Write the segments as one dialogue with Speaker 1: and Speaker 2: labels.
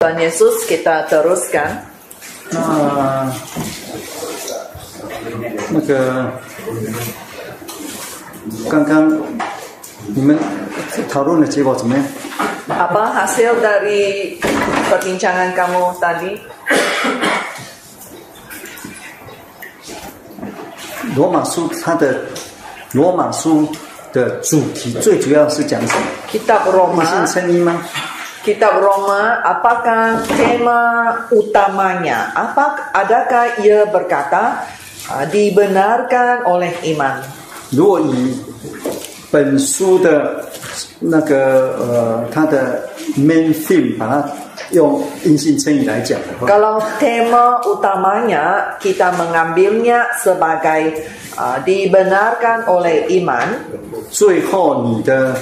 Speaker 1: Tuhan Yesus kita teruskan
Speaker 2: 那那个刚刚你们讨论的结果怎么样？
Speaker 1: apa hasil dari perbincangan kamu tadi
Speaker 2: 罗马书它的罗马书的主题最主要是讲什么？
Speaker 1: kitab
Speaker 2: 异
Speaker 1: Roma
Speaker 2: 性称一吗？
Speaker 1: kitab Roma apakah tema utamanya apa adakah ia berkata "Ah, dibenarkan oleh iman
Speaker 2: 如果以本书的那个呃它的 main theme 把它用阴性称义来讲的话，
Speaker 1: kalau tema utamanya kita mengambilnya sebagai ah, dibenarkan oleh iman
Speaker 2: 最后你的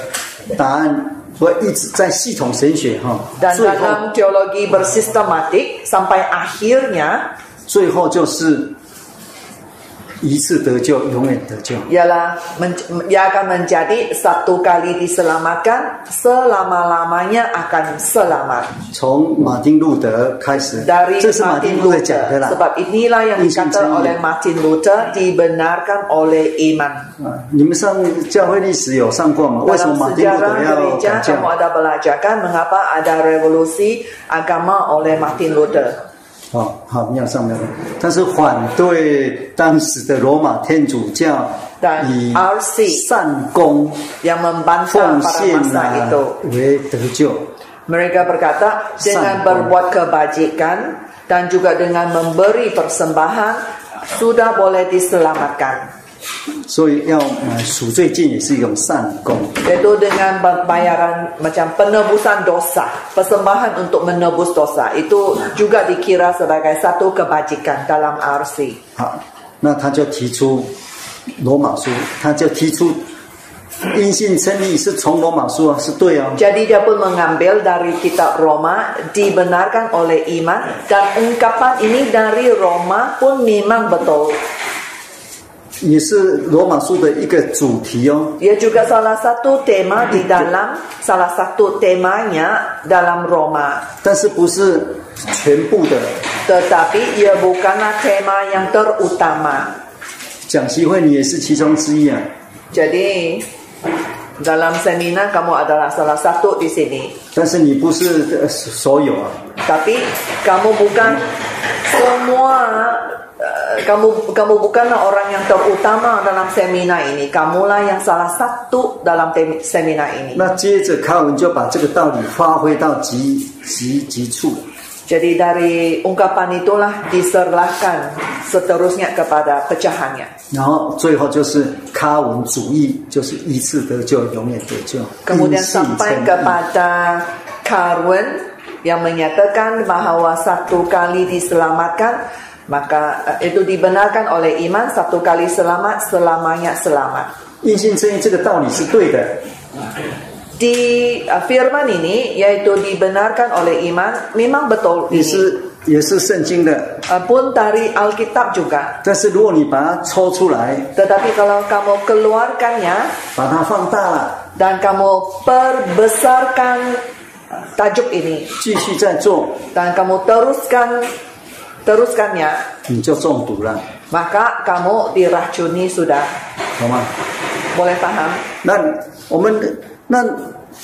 Speaker 2: 答案会一直在系统神学哈，
Speaker 1: dan
Speaker 2: 最后
Speaker 1: dalam teologi bersistematik sampai akhirnya
Speaker 2: 最后就是一次得救，永远得救。
Speaker 1: ialah men- ia akan menjadi satu kali diselamatkan selama-lamanya akan selamat
Speaker 2: 从马丁路德开始
Speaker 1: dari，
Speaker 2: 这是马
Speaker 1: Martin
Speaker 2: 丁路德
Speaker 1: Luther
Speaker 2: 讲的啦。
Speaker 1: sebab inilah yang
Speaker 2: Insin
Speaker 1: dikata
Speaker 2: sendiri.
Speaker 1: oleh Martin Luther dibenarkan oleh iman
Speaker 2: 啊，你们上教会历史有上过吗？为什么
Speaker 1: dalam
Speaker 2: 马丁路
Speaker 1: sejarah
Speaker 2: 德要
Speaker 1: gereja kamu
Speaker 2: 改教？
Speaker 1: ada belajar kan mengapa ada revolusi agama oleh Martin Luther
Speaker 2: 哦，好，没有上没有上。但是反对当时的罗马天主教
Speaker 1: 但
Speaker 2: 以
Speaker 1: RC
Speaker 2: 善功
Speaker 1: yang membantah
Speaker 2: 奉
Speaker 1: pada
Speaker 2: 献
Speaker 1: masa
Speaker 2: 啊
Speaker 1: itu
Speaker 2: 为得救。
Speaker 1: Mereka berkata dengan
Speaker 2: Sangkut.
Speaker 1: berbuat kebajikan dan juga dengan memberi persembahan sudah boleh diselamatkan.
Speaker 2: 所以要呃赎罪祭也是一种善功。
Speaker 1: Yaitu dengan pembayaran macam penebusan dosa, persembahan untuk menebus dosa itu juga dikira sebagai satu kebajikan dalam RC.
Speaker 2: 好，那他就提出罗马书，他就提出因信称义是从罗马书啊，是对啊。
Speaker 1: Jadi dia pun mengambil dari kitab Roma dibenarkan oleh iman dan ungkapan ini dari Roma pun memang betul.
Speaker 2: 也是罗马书的一个主题哦。
Speaker 1: Ia juga salah satu tema di dalam salah satu temanya dalam Roma.
Speaker 2: 但是不是全部的
Speaker 1: Tetapi ia bukanlah tema yang terutama.
Speaker 2: 讲习会，你也是其中之一啊。
Speaker 1: Jadi dalam seminar kamu adalah salah satu di sini.
Speaker 2: 但是你不是呃所有啊，
Speaker 1: Tapi kamu bukan semua eh, kamu kamu bukanlah orang yang terutama dalam seminar ini. Kamulah yang salah satu dalam tem- seminar ini.
Speaker 2: 那接着卡尔文就把这个道理发挥到极极极处，
Speaker 1: Jadi dari ungkapan itulah diserlahkan seterusnya kepada pecahannya.
Speaker 2: 然后最后就是卡尔文主义，就是一次得救，永远得救。
Speaker 1: Kemudian
Speaker 2: 因信称
Speaker 1: sampai
Speaker 2: 义
Speaker 1: kepada Karwen yang menyatakan bahwa satu kali diselamatkan maka eh, itu dibenarkan oleh iman satu kali selamat selamanya selamat.
Speaker 2: 因信称义这个道理是对的，
Speaker 1: Di eh, firman ini yaitu dibenarkan oleh iman memang betul ini
Speaker 2: 也是也是圣经的。
Speaker 1: Eh, pun dari Alkitab juga.
Speaker 2: 但是如果你把它抽出来，
Speaker 1: Tetapi kalau kamu keluarkannya
Speaker 2: 把它放大了，
Speaker 1: dan kamu perbesarkan tajuk ini
Speaker 2: 继续再做，
Speaker 1: dan kamu teruskan teruskannya
Speaker 2: 你就中毒了，
Speaker 1: maka kamu diracuni sudah
Speaker 2: 好吗？
Speaker 1: boleh paham
Speaker 2: 那我们那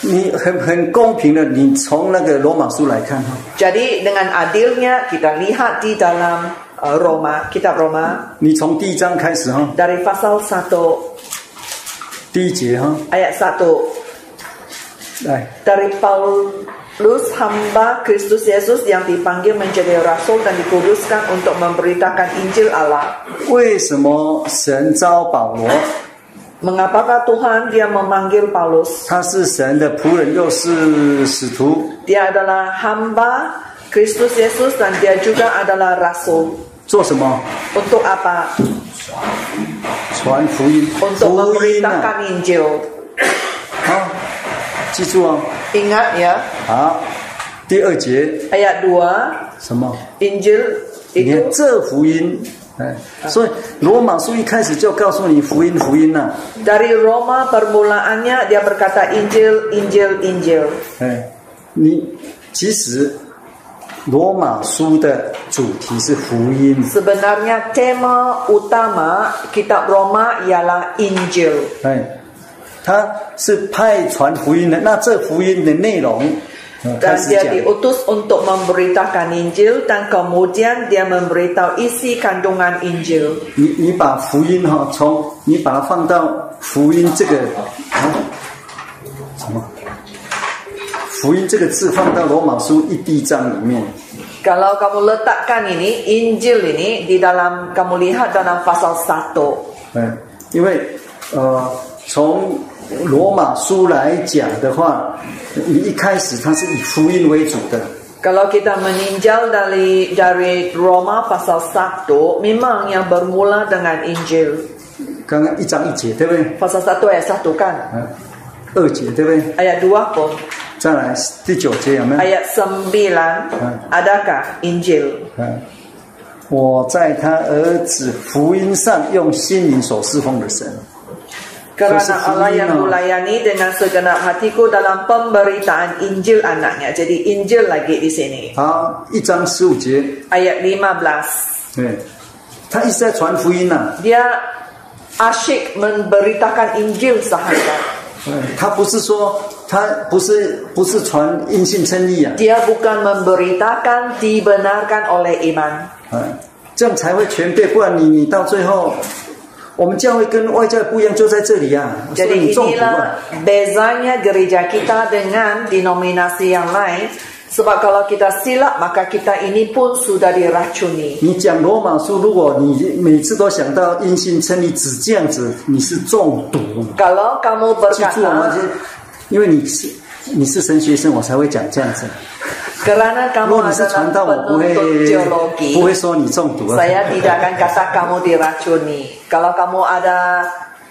Speaker 2: 你很很公平的，你从那个罗马书来看哈，
Speaker 1: jadi dengan adilnya kita lihat di dalam eh, Roma kitab Roma
Speaker 2: 你从第一章开始哈，
Speaker 1: dari pasal 1
Speaker 2: 第一节哈，
Speaker 1: ayat 1
Speaker 2: 来，
Speaker 1: dari Paulus hamba Kristus Yesus yang dipanggil menjadi rasul dan dikuduskan untuk memberitakan Injil Allah
Speaker 2: 为什么神招保罗？
Speaker 1: Mengapakah Tuhan dia memanggil Paulus?
Speaker 2: 他是神的仆人，又是使徒，
Speaker 1: Dia adalah hamba Kristus Yesus dan dia juga adalah rasul.
Speaker 2: 做什么？
Speaker 1: Untuk apa?
Speaker 2: 传福音，
Speaker 1: Untuk
Speaker 2: 福音啊！
Speaker 1: memberitakan Injil.
Speaker 2: 好，记住哦。
Speaker 1: Ingat ya,
Speaker 2: 好，第二节
Speaker 1: ayat 2,
Speaker 2: 什么？
Speaker 1: Injil
Speaker 2: 你看
Speaker 1: itu
Speaker 2: 这福音，哎，所以罗马书一开始就告诉你福音，福音呐、啊
Speaker 1: dari Roma permulaannya dia berkata Injil, Injil, Injil.
Speaker 2: 哎哎，你其实罗马书的主题是福音，
Speaker 1: Sebenarnya tema utama kitab Roma ialah Injil.
Speaker 2: 哎，他是派传福音的。那这福音的内容，呃
Speaker 1: Dan
Speaker 2: 开始
Speaker 1: dia
Speaker 2: 讲，
Speaker 1: diutus untuk memberitakan Injil dan kemudian dia memberitahu isi kandungan Injil.
Speaker 2: 你你把福音哈、从你把它放到福音这个啊什么福音这个字放到罗马书一第一章里面，
Speaker 1: Kalau kamu letakkan ini, Injil ini di dalam kamu lihat dalam pasal 1.
Speaker 2: 嗯，因为呃，从罗马书来讲的话，你一开始它是以福音为主的，
Speaker 1: Kalau kita meninjau dari dari Roma pasal 1, memang yang bermula dengan Injil.
Speaker 2: 刚刚一章一节，对不对？
Speaker 1: Pasal 1 ayat 1 kan?
Speaker 2: 嗯，二节，对不对？
Speaker 1: Ayat 2 pun.
Speaker 2: 再来第九节有没有？
Speaker 1: Ayat 9, adakah Injil?
Speaker 2: 嗯，我在他儿子福音上用心灵所侍奉的神，
Speaker 1: Kerana
Speaker 2: Verse
Speaker 1: Allah yang
Speaker 2: 15.
Speaker 1: kulayani dengan segenap hatiku dalam pemberitaan Injil anaknya. Jadi Injil lagi di sini.
Speaker 2: 好，一章十五节，
Speaker 1: Ayat 15.
Speaker 2: 对，他一直在传福音呐、啊，
Speaker 1: Dia asyik memberitakan Injil sahaja.
Speaker 2: 他不是说他不是不是传因信称义啊，
Speaker 1: Dia bukan memberitakan dibenarkan oleh iman.
Speaker 2: 嗯，这样才会全备，不然你你到最后，我们教会跟外教不一样，就在这里啊，所以
Speaker 1: Jadi
Speaker 2: 你中毒啊。
Speaker 1: inilah bezanya gereja kita dengan denominasi yang lain. Sebab kalau kita silap maka kita ini pun sudah diracuni.
Speaker 2: 你讲罗马书，如果你每次都想到因信称义，只这样子，你是中毒。
Speaker 1: Kalau kamu
Speaker 2: 记住我们
Speaker 1: berkata
Speaker 2: 这，因为你是你是神学生，我才会讲这样子。
Speaker 1: kerana
Speaker 2: 如
Speaker 1: kamu
Speaker 2: 果你是
Speaker 1: adalah
Speaker 2: 传道，我不会
Speaker 1: penuntut teologi,
Speaker 2: 不会说你中毒啊。
Speaker 1: saya tidak akan kata kamu diracuni. Kalau kamu ada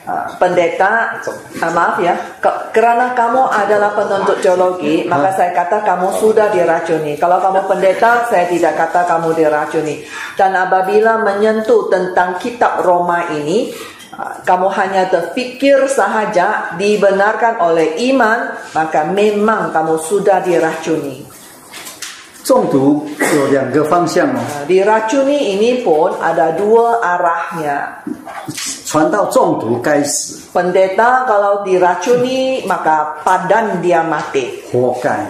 Speaker 1: uh, pendeta, uh, maaf ya, ke- kerana kamu adalah penuntut teologi, maka saya kata kamu sudah diracuni. Kalau kamu pendeta, saya tidak kata kamu diracuni. Dan apabila menyentuh tentang kitab Roma ini, uh, kamu hanya terfikir sahaja dibenarkan oleh iman, maka memang kamu sudah diracuni.
Speaker 2: 中毒有两个方向哦，
Speaker 1: Uh, Diracuni ini pun ada dua arahnya.
Speaker 2: 传到中毒该死，
Speaker 1: Pendeta kalau diracuni maka padan dia mati,
Speaker 2: 活该，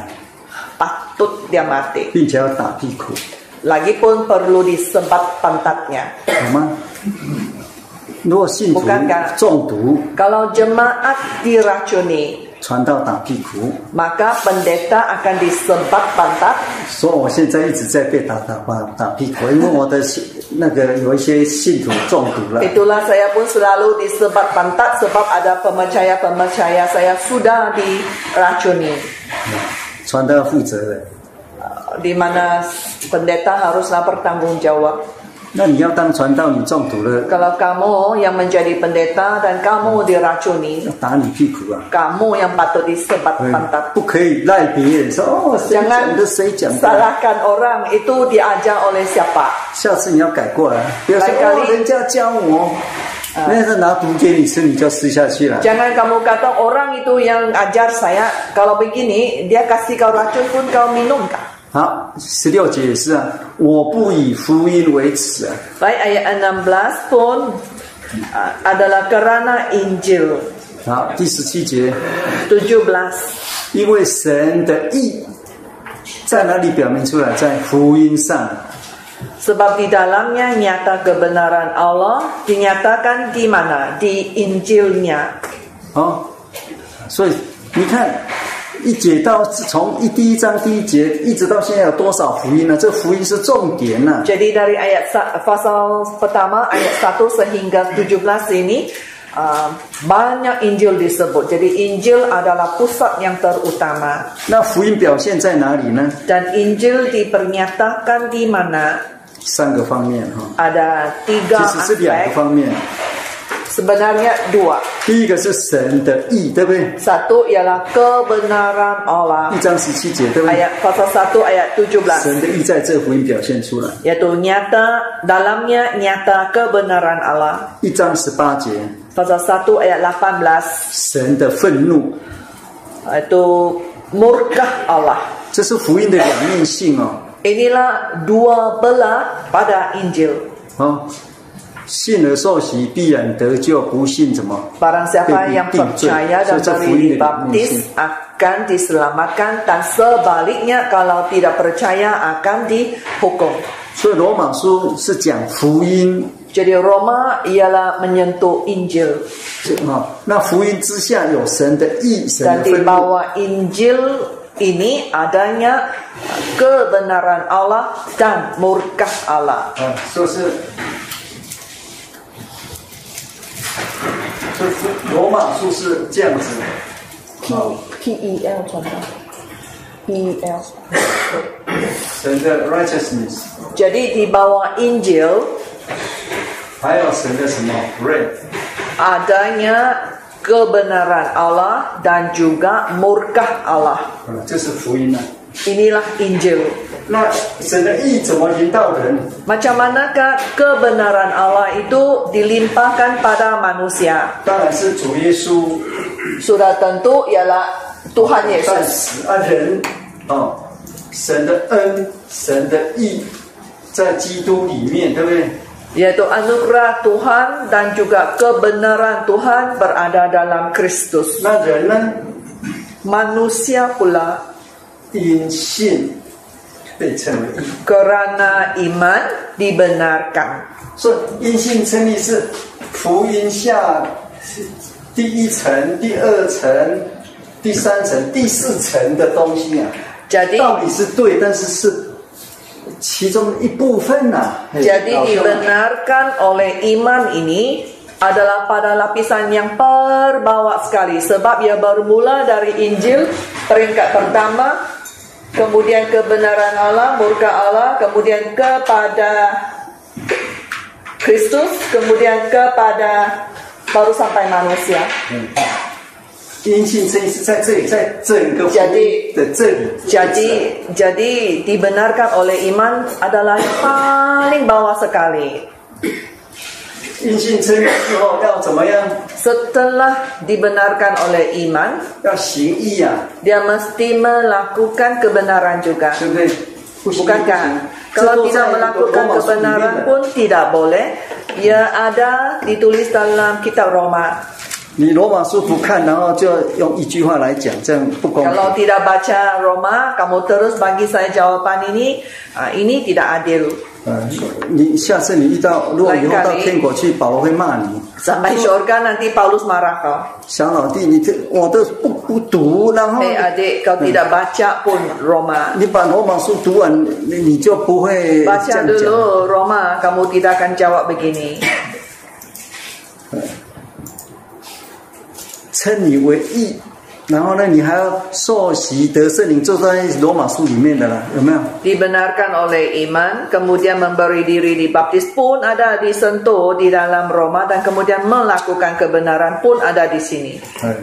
Speaker 1: patut dia mati.
Speaker 2: 并且要打屁股。
Speaker 1: Lagipun perlu disebat pantatnya.
Speaker 2: 好吗？如果信徒
Speaker 1: 不尴尬
Speaker 2: 中毒，
Speaker 1: Kalau jemaat diracuni
Speaker 2: 传到打屁股，
Speaker 1: maka pendeta akan disebat pantat.
Speaker 2: 所以我现在一直在被打打打打屁股，因为我的信那个有一些信徒中毒了，
Speaker 1: Itulah saya pun selalu disebat pantat sebab ada pempercaya-pempercaya saya sudah diracuni. Eh,
Speaker 2: 传到要负责的。
Speaker 1: Di mana pendeta haruslah bertanggung jawab.
Speaker 2: 那你要当传道，你中毒了，
Speaker 1: Kalau kamu yang menjadi pendeta dan kamu diracuni,
Speaker 2: 要打你屁股啊！
Speaker 1: kamu yang patut disebat
Speaker 2: 对
Speaker 1: pantat.
Speaker 2: 不可以赖别人说哦，谁讲啊
Speaker 1: Jangan
Speaker 2: 的谁讲的，
Speaker 1: salahkan orang itu diajar oleh siapa.
Speaker 2: 下次你要改过来，啊不要说
Speaker 1: 来咖喱
Speaker 2: 哦，人家教我，那是拿毒给你吃，你就吃下去了。
Speaker 1: Jangan kamu kata orang itu yang ajar saya kalau begini dia kasih kau racun pun kau minum kah?
Speaker 2: 好，十六节也是啊，我不以福音为耻啊。
Speaker 1: Baik ayat 16 pun uh, adalah kerana Injil
Speaker 2: 好，第十七节，
Speaker 1: 17
Speaker 2: 因为神的意在哪里表明出来？在福音上。
Speaker 1: sebab di dalamnya nyata kebenaran Allah dinyatakan di mana di Injilnya
Speaker 2: 哦，所以你看，一节到从一第一章第一节一直到现在有多少福音呢？这福音是重点啊呐、
Speaker 1: Jadi dari ayat sa- pasal pertama ayat 1 sehingga 17 ini uh, banyak Injil disebut. Jadi Injil adalah pusat yang terutama
Speaker 2: 那福音表现在哪里呢？
Speaker 1: dan Injil dipernyatakan di mana
Speaker 2: 三个方面哈、
Speaker 1: ada tiga
Speaker 2: 其实是两个
Speaker 1: aspek.
Speaker 2: 方面。
Speaker 1: Sebenarnya dua.
Speaker 2: 第一个是神的意，对不对？
Speaker 1: Satu ialah kebenaran Allah.
Speaker 2: 一章十七节，对不对？
Speaker 1: Ayat pasal 1 ayat 17
Speaker 2: 神的意在这福音表现出来。
Speaker 1: yaitu nyata dalamnya nyata kebenaran Allah.
Speaker 2: 一章十八节，
Speaker 1: Pasal 1 ayat 18
Speaker 2: 神的愤怒，
Speaker 1: itu murkah Allah.
Speaker 2: 这是福音的两面性哦。
Speaker 1: Inilah dua belah pada Injil.
Speaker 2: 哦，信而受洗必然得救，不信怎么？
Speaker 1: Barang siapa yang
Speaker 2: Betul, betul.
Speaker 1: percaya dan
Speaker 2: So, so
Speaker 1: beri
Speaker 2: fully
Speaker 1: dibaptis akan diselamatkan dan sebaliknya kalau tidak percaya akan dihukum.
Speaker 2: 所以罗马书是讲福音，
Speaker 1: Jadi Roma ialah menyentuh Injil
Speaker 2: 这哦，那福音之下有神的意，神
Speaker 1: dan di
Speaker 2: 的分路。
Speaker 1: bawah Injil ini adanya kebenaran Allah dan murka Allah.
Speaker 2: 啊，说是，就是罗马书是这样子，啊
Speaker 3: P P E L 转到 P E L
Speaker 2: 神的 righteousness，
Speaker 1: Jadi di bawah Injil
Speaker 2: 还有神的什么 right，
Speaker 1: adanya kebenaran Allah dan juga murka Allah.
Speaker 2: 啊，这是福音啊。
Speaker 1: Inilah Injil.
Speaker 2: 那神的意怎么临到人？
Speaker 1: Macam manakah kebenaran Allah itu dilimpahkan pada manusia?
Speaker 2: 当然是主耶稣
Speaker 1: Sudah tentu ialah Tuhan
Speaker 2: 但
Speaker 1: Yesus.
Speaker 2: 是啊，人哦，神的恩，神的义，在基督里面，对不对？
Speaker 1: Yaitu anugerah Tuhan dan juga kebenaran Tuhan berada dalam Kristus.
Speaker 2: 那人呢，
Speaker 1: Manusia pula
Speaker 2: 因信被称为义，
Speaker 1: kerana iman dibenarkan.
Speaker 2: 所以因信称义是福音下第一层、第二层、第三层、第四层的东西啊。
Speaker 1: Jadi
Speaker 2: 道理是对，但是是其中一部分呐、啊。嘿
Speaker 1: Jadi
Speaker 2: 老兄啊
Speaker 1: dibenarkan oleh iman ini adalah pada lapisan yang perbawah sekali sebab ia bermula dari Injil peringkat pertama kemudian kebenaran Allah murka Allah kemudian kepada Kristus kemudian kepada baru sampai manusia
Speaker 2: 阴嗯性称义是在这里，在整个福音的这里。
Speaker 1: jadi jadi dibenarkan oleh iman adalah paling bawah sekali
Speaker 2: 阴性称义之后要怎么样？
Speaker 1: setelah dibenarkan oleh iman
Speaker 2: 要行义啊，
Speaker 1: Dia mesti melakukan kebenaran juga.
Speaker 2: 对不对？不行义不
Speaker 1: Bukankah?
Speaker 2: 行。这
Speaker 1: Kalau
Speaker 2: 都在
Speaker 1: tidak
Speaker 2: 罗
Speaker 1: melakukan
Speaker 2: 马书里
Speaker 1: kebenaran
Speaker 2: 面的。
Speaker 1: pun tidak boleh. Ia ada ditulis dalam kitab Roma.
Speaker 2: 你罗马书不看，然后就用一句话来讲，这样不公
Speaker 1: Kalau
Speaker 2: 平。
Speaker 1: tidak baca Roma, kamu terus bagi saya jawapan ini, ah, ini tidak adil.
Speaker 2: 嗯，你下次你遇到，如果以后到天国去，保罗会骂你。
Speaker 1: Sampai syurga nanti Paulus marah kau.
Speaker 2: 小老弟，你这我都不不读，然后
Speaker 1: Hei Eh, adik, kau tidak baca pun Roma.
Speaker 2: 你把罗马书读完，你你就不会这
Speaker 1: Baca
Speaker 2: 样讲。
Speaker 1: dulu Roma, kamu tidak akan jawab begini.
Speaker 2: 称你为义，然后呢，你还要受洗得圣灵，就在罗马书里面的啦，有没有？
Speaker 1: dibenarkan oleh iman, kemudian memberi diri dibaptis pun ada disentuh di dalam Roma dan kemudian melakukan kebenaran pun ada di sini.
Speaker 2: 哎，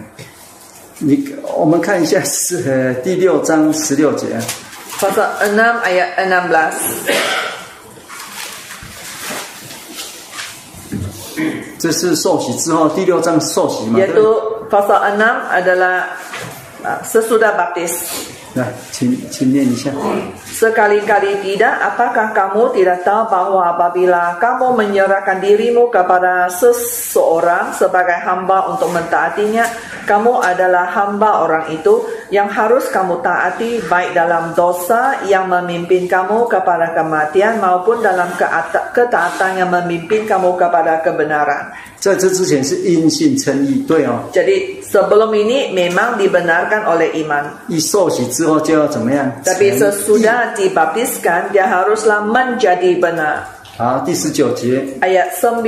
Speaker 2: 你我们看一下是呃第六章十六节，啊
Speaker 1: Pasal 6 ayat 16.
Speaker 2: 这是受洗之后第六章受洗嘛？对不
Speaker 1: Yaitu
Speaker 2: 对
Speaker 1: pasal 6 adalah ah, sesudah baptis.
Speaker 2: 来，请请念一下。
Speaker 1: Sekali-kali tidak, apakah kamu tidak tahu bahwa apabila kamu menyerahkan dirimu kepada seseorang sebagai hamba untuk mentaatinya, kamu adalah hamba orang itu yang harus kamu taati baik dalam dosa yang memimpin kamu kepada kematian maupun dalam keata- ketaatan yang memimpin kamu kepada kebenaran.
Speaker 2: 在这之前是因信称义，对哦。
Speaker 1: Jadi sebelum ini memang dibenarkan oleh iman.
Speaker 2: 一受洗之后就要怎么样？
Speaker 1: Tapi
Speaker 2: 成义
Speaker 1: sesudah dibaptiskan, dia haruslah menjadi benar.
Speaker 2: 好，第十九节，
Speaker 1: Ayat 19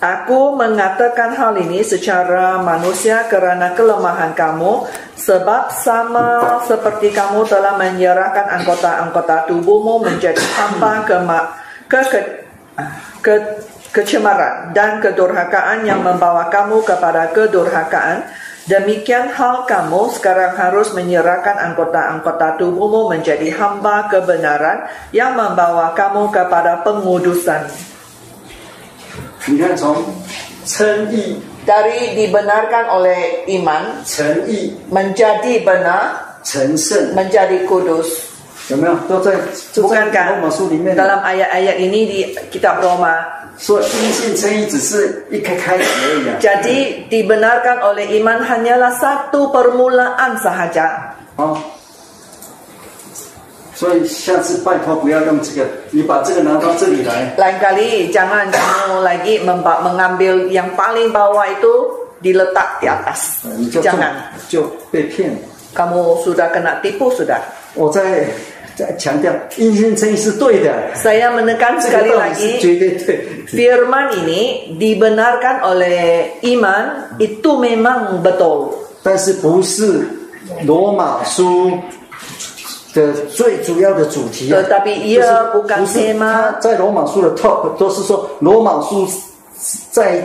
Speaker 1: Aku mengatakan hal ini secara manusia kerana kelemahan kamu Sebab sama seperti kamu telah menyerahkan anggota-anggota tubuhmu menjadi hamba kema, ke, ke, ke, kecemaran dan kedurhakaan yang membawa kamu kepada kedurhakaan Demikian hal kamu sekarang harus menyerahkan anggota-anggota tubuhmu menjadi hamba kebenaran yang membawa kamu kepada pengudusan.
Speaker 2: 你看从称义、
Speaker 1: dari dibenarkan oleh iman
Speaker 2: 诚意、
Speaker 1: menjadi benar,
Speaker 2: 成圣，
Speaker 1: menjadi kudus.
Speaker 2: 有没有？都在就在
Speaker 1: Bukankah
Speaker 2: 罗马书里面。
Speaker 1: dalam ayat-ayat ini di kitab Roma
Speaker 2: 说因信称义只是一开开始而已啊。
Speaker 1: Jadi dibenarkan oleh iman hanyalah satu permulaan sahaja
Speaker 2: 好，哦所以下次拜托不要用这个，你把这个拿到这里来，
Speaker 1: Lain kali jangan kamu lagi memba- mengambil yang paling bawah itu diletak di atas
Speaker 2: 你就中
Speaker 1: Jangan
Speaker 2: 就被骗了。
Speaker 1: Kamu sudah kena tipu sudah
Speaker 2: 我再再强调，因信称义是对的，
Speaker 1: Saya menekan
Speaker 2: 这个
Speaker 1: sekali
Speaker 2: 道理是
Speaker 1: lagi
Speaker 2: 绝对对。
Speaker 1: Firman ini dibenarkan oleh iman itu memang betul
Speaker 2: 但是不是罗马书的最主要的主题、啊。
Speaker 1: Tetapi ia
Speaker 2: 不是
Speaker 1: bukan
Speaker 2: 不是
Speaker 1: tema
Speaker 2: 它在罗马书的 top 都是说罗马书在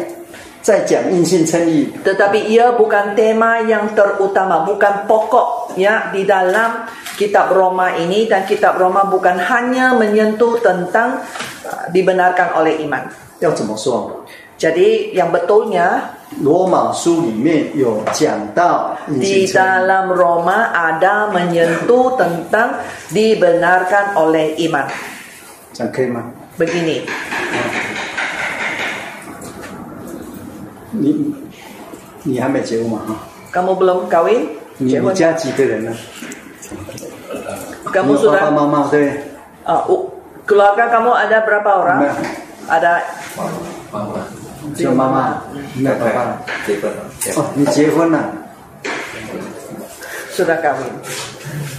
Speaker 2: 在讲硬性称义，
Speaker 1: Tetapi ia bukan tema yang terutama, bukan pokok ya di dalam kitab Roma ini dan kitab Roma bukan hanya menyentuh tentang uh, dibenarkan oleh iman.
Speaker 2: 要怎么说？
Speaker 1: Jadi yang betulnya
Speaker 2: 罗马书里面有讲到硬
Speaker 1: di
Speaker 2: 性称义，
Speaker 1: dalam Roma ada menyentuh tentang dibenarkan oleh iman.
Speaker 2: 讲可以吗？
Speaker 1: Begini,
Speaker 2: 你你还没结婚嘛？哈，
Speaker 1: kamu belum kawin?
Speaker 2: 你你
Speaker 1: Cewek.
Speaker 2: 家几个人呢？
Speaker 1: Kamu
Speaker 2: 你有爸
Speaker 1: sudah
Speaker 2: 爸妈妈对不对？
Speaker 1: uh, u- keluarga kamu ada berapa orang?
Speaker 2: Enggak.
Speaker 1: Ada
Speaker 4: 妈妈，
Speaker 2: 只有妈妈，没有爸爸。
Speaker 4: 这个这个
Speaker 2: 哦，你结婚了。
Speaker 1: sudah kawin.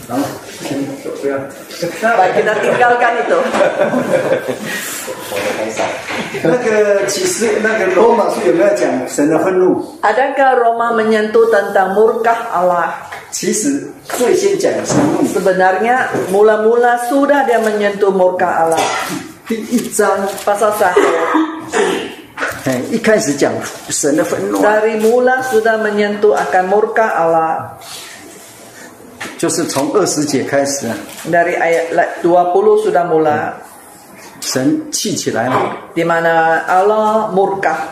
Speaker 2: 然后先走，不要。
Speaker 1: Baik, kita tinggalkan itu.
Speaker 4: 我的很少。
Speaker 2: 那个其实那个罗马书有没有讲神的愤怒？
Speaker 1: Adakah Roma menyentuh tentang murkah Allah?
Speaker 2: 其实最先讲神怒，
Speaker 1: Sebenarnya mula-mula sudah dia menyentuh murkah Allah.
Speaker 2: 第一章，
Speaker 1: Pasal 1.
Speaker 2: 哎，一开始讲神的愤怒啊，
Speaker 1: Dari mula sudah menyentuh akan murkah Allah.
Speaker 2: 就是从二十节开始啊，
Speaker 1: Dari ayat la- 20 sudah mula.
Speaker 2: 神气起来了，
Speaker 1: Di mana Allah murkah.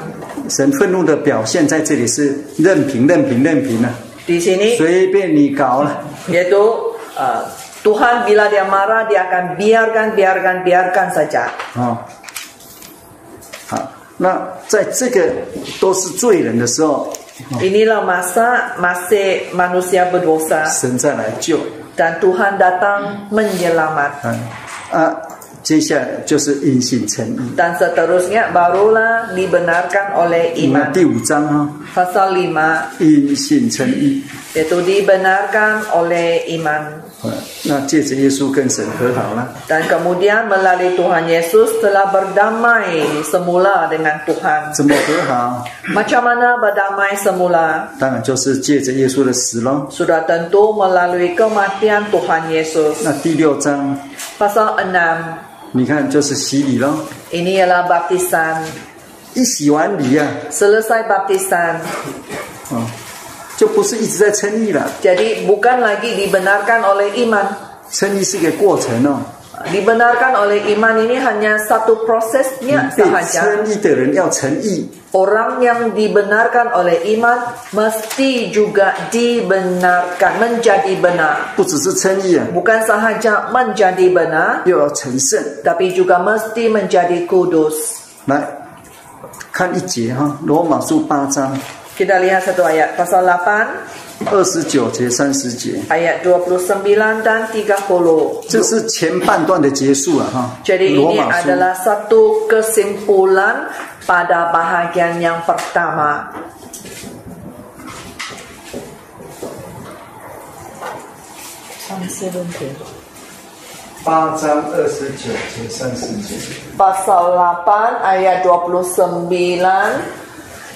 Speaker 2: 神愤怒的表现在这里是任凭任凭任凭啊，
Speaker 1: Di sini
Speaker 2: 随便你搞了，
Speaker 1: yaitu uh, Tuhan bila dia marah dia akan biarkan biarkan biarkan saja.
Speaker 2: 啊、好，那在这个都是罪人的时候，
Speaker 1: Inilah masa masih manusia berdosa
Speaker 2: 神再来救，
Speaker 1: dan Tuhan datang menyelamat.
Speaker 2: 嗯啊，接下来就是因信称义。
Speaker 1: dan seterusnya barulah dibenarkan oleh
Speaker 2: 我们
Speaker 1: iman.
Speaker 2: 第五章啊，
Speaker 1: Pasal 5
Speaker 2: 因信称义。
Speaker 1: yaitu dibenarkan oleh iman
Speaker 2: 呃那借着耶稣跟神和好了，
Speaker 1: dan kemudian melalui Tuhan Yesus telah berdamai semula dengan Tuhan.
Speaker 2: 怎么和好？
Speaker 1: Macam mana berdamai semula?
Speaker 2: 当然就是借着耶稣的死喽。
Speaker 1: Sudah tentu melalui kematian Tuhan Yesus.
Speaker 2: 那第六章，
Speaker 1: Pasal 6
Speaker 2: 你看就是洗礼喽，
Speaker 1: ini ialah baptisan.
Speaker 2: 一洗完礼啊，
Speaker 1: Selesai baptisan,
Speaker 2: 啊、就不是一直在称义了，
Speaker 1: jadi bukan lagi dibenarkan oleh iman.
Speaker 2: 称义是一个过程哦。
Speaker 1: Dibenarkan oleh iman ini hanya satu prosesnya
Speaker 2: 被
Speaker 1: sahaja.
Speaker 2: 称义的人要诚意，
Speaker 1: Orang yang dibenarkan oleh iman mesti juga dibenarkan menjadi benar.
Speaker 2: 不只是称义啊，
Speaker 1: Bukan sahaja menjadi benar,
Speaker 2: 又要成圣。
Speaker 1: tapi juga mesti menjadi kudus.
Speaker 2: 来看一节哈，《罗马书》八章
Speaker 1: Kita lihat satu ayat pasal 8
Speaker 2: 二十九节、三十节，
Speaker 1: ayat 29 dan 30.
Speaker 2: 这是前半段的结束了哈。
Speaker 1: Jadi
Speaker 2: 罗
Speaker 1: ini
Speaker 2: 马书
Speaker 1: adalah satu kesimpulan pada bahagian yang pertama.
Speaker 3: 上次问题。
Speaker 2: 八章二十九节、三十节，
Speaker 1: pasal 8 ayat 29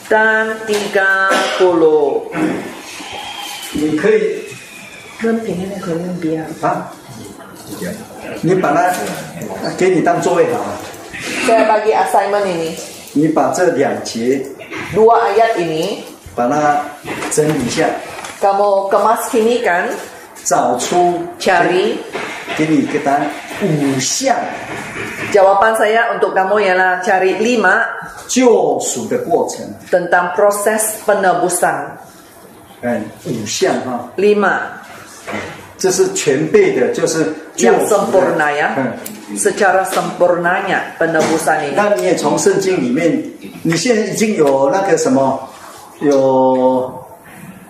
Speaker 1: dan 30.
Speaker 2: 你可以
Speaker 3: 任凭那个任比尔，
Speaker 2: 啊，你把它给你当座位好了，
Speaker 1: Saya bagi assignment ini.
Speaker 2: 你把这两节
Speaker 1: Dua ayat ini
Speaker 2: 把它整理一下，
Speaker 1: kamu kemas kinikan
Speaker 2: 找出
Speaker 1: cari
Speaker 2: 给你一个答案，五项
Speaker 1: jawaban saya untuk kamu ialah cari lima
Speaker 2: 救赎的过程，
Speaker 1: tentang proses penebusan.
Speaker 2: 哎嗯，五项哈、
Speaker 1: Lima.
Speaker 2: 这就是全备的，就是救
Speaker 1: yang
Speaker 2: 赎的
Speaker 1: sempurna ya
Speaker 2: 嗯，
Speaker 1: secara sempurnanya penebusan ini
Speaker 2: 那你也从圣经里面，你现在已经有那个什么，有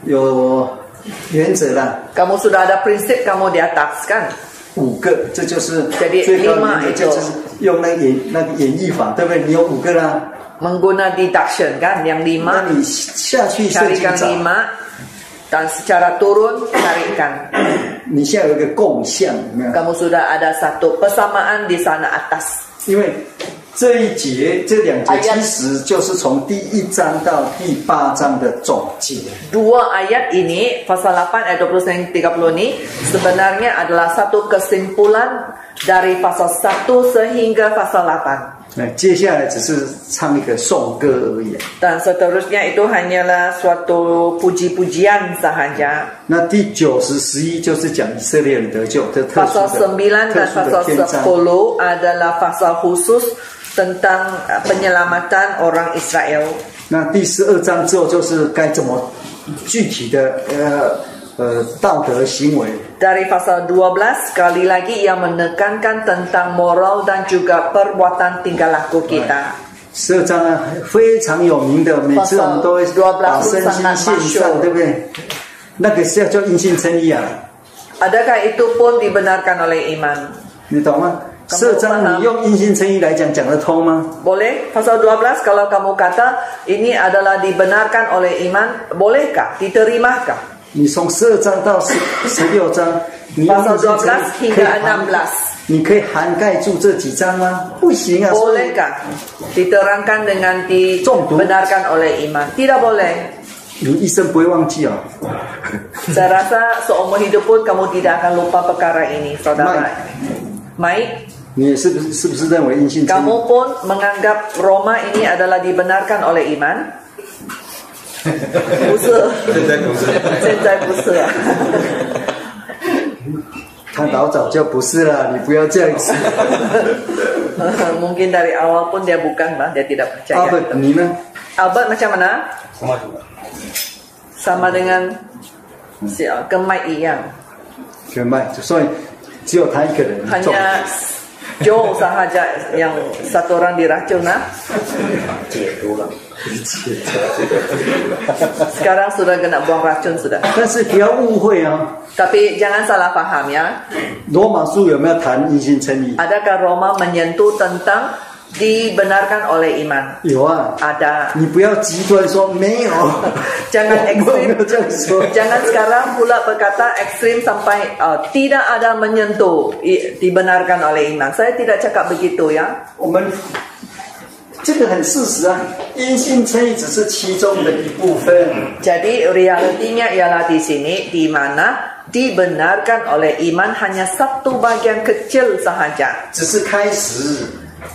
Speaker 2: 有原则了，
Speaker 1: kamu sudah ada prinsip kamu di atas kan
Speaker 2: 五个，这就是
Speaker 1: 对
Speaker 2: 最高
Speaker 1: 另外
Speaker 2: 的
Speaker 1: 一个
Speaker 2: 原则，就是用那个演那个演绎法，对不对？你有五个啦，
Speaker 1: mengguna deduction kan yang lima
Speaker 2: 那你下去圣经
Speaker 1: carikan
Speaker 2: 找，
Speaker 1: lima dan secara turun carikan
Speaker 2: 你现在有一个共向，有没有？
Speaker 1: kamu sudah ada satu persamaan di sana atas
Speaker 2: 因为这一节这两
Speaker 1: 哎
Speaker 2: 节
Speaker 1: 呀
Speaker 2: 其实就是从第一章到第八章的总结。
Speaker 1: Dua ayat ini, pasal 8 ayat 20 dan 30 ini sebenarnya adalah satu kesimpulan dari pasal 1 sehingga pasal 8.
Speaker 2: 那接下来只是唱一个颂歌而已啊、
Speaker 1: Dan seterusnya itu hanyalah suatu puji-pujian sahaja.
Speaker 2: 那第九十十一就是讲以色列人得救，这特殊
Speaker 1: Pasal 9
Speaker 2: 的、特
Speaker 1: dan
Speaker 2: 殊
Speaker 1: pasal
Speaker 2: 的篇章。
Speaker 1: 10 adalah pasal khusus tentang eh, penyelamatan orang Israel.
Speaker 2: 那第十二章之后就是该怎么具体的呃呃道德行为。
Speaker 1: Dari pasal 12 sekali lagi ia menekankan tentang moral dan juga perbuatan tingkah laku kita.
Speaker 2: 十二章呢非常有名的，每次我们都会把身心献上，对不对？那个是要叫因信称义啊，
Speaker 1: Adakah itu pun dibenarkan oleh iman?
Speaker 2: 你懂吗？十二章你用因信称义来讲讲得通吗？
Speaker 1: Boleh? Pasal 12 kalau kamu kata ini adalah dibenarkan oleh iman, bolehkah? Diterimakah?
Speaker 2: 你从十二章到十十六章，你用因信称义可以涵盖，你可以涵盖住这几章吗？不行啊！
Speaker 1: 哦
Speaker 2: 所以
Speaker 1: Bolehkah? Diterangkan dengan
Speaker 2: Contoh.
Speaker 1: dibenarkan oleh iman. Tidak boleh.
Speaker 2: 你一生不会忘记哦。
Speaker 1: Saya rasa seumur hidup pun kamu tidak akan lupa perkara ini, saudara. Baik,
Speaker 2: 你是不是是不是认为因信称义
Speaker 1: kamu pun menganggap Roma ini adalah dibenarkan oleh iman? 不是，现在不是。
Speaker 2: 他老早就不是了，你不要这样子。
Speaker 1: Mungkin dari awal pun dia bukan, Bang. Dia tidak
Speaker 2: 阿
Speaker 1: percaya.
Speaker 2: 本，啊你呢？
Speaker 1: Albert macam mana?
Speaker 4: Sama juga.
Speaker 1: Sama dengan si ah, Kemai Iyang.
Speaker 2: 全麦，所以只有他一个人中。
Speaker 1: Hanya Joe sahaja yang satu orang diracun. ah. Nah. Sekarang sudah kena buang racun sudah.
Speaker 2: 但是不要误会啊、
Speaker 1: Tapi jangan salah paham ya.
Speaker 2: 罗马书有没有谈因信称 义？
Speaker 1: Adakah Roma menyentuh tentang dibenarkan oleh iman?
Speaker 2: 有啊，
Speaker 1: Ada.
Speaker 2: 你不要极端说没有，
Speaker 1: Jangan
Speaker 2: 我没
Speaker 1: ekstrim.
Speaker 2: 有这样说。
Speaker 1: Jangan sekarang pula berkata ekstrim sampai uh, tidak ada menyentuh i, dibenarkan oleh iman. Saya tidak cakap begitu ya.
Speaker 2: 我们这个很事实啊，因信称义只是其中的一部分。
Speaker 1: Jadi realitinya ialah di sini di mana dibenarkan oleh iman hanya satu bagian kecil sahaja.
Speaker 2: 只是开始，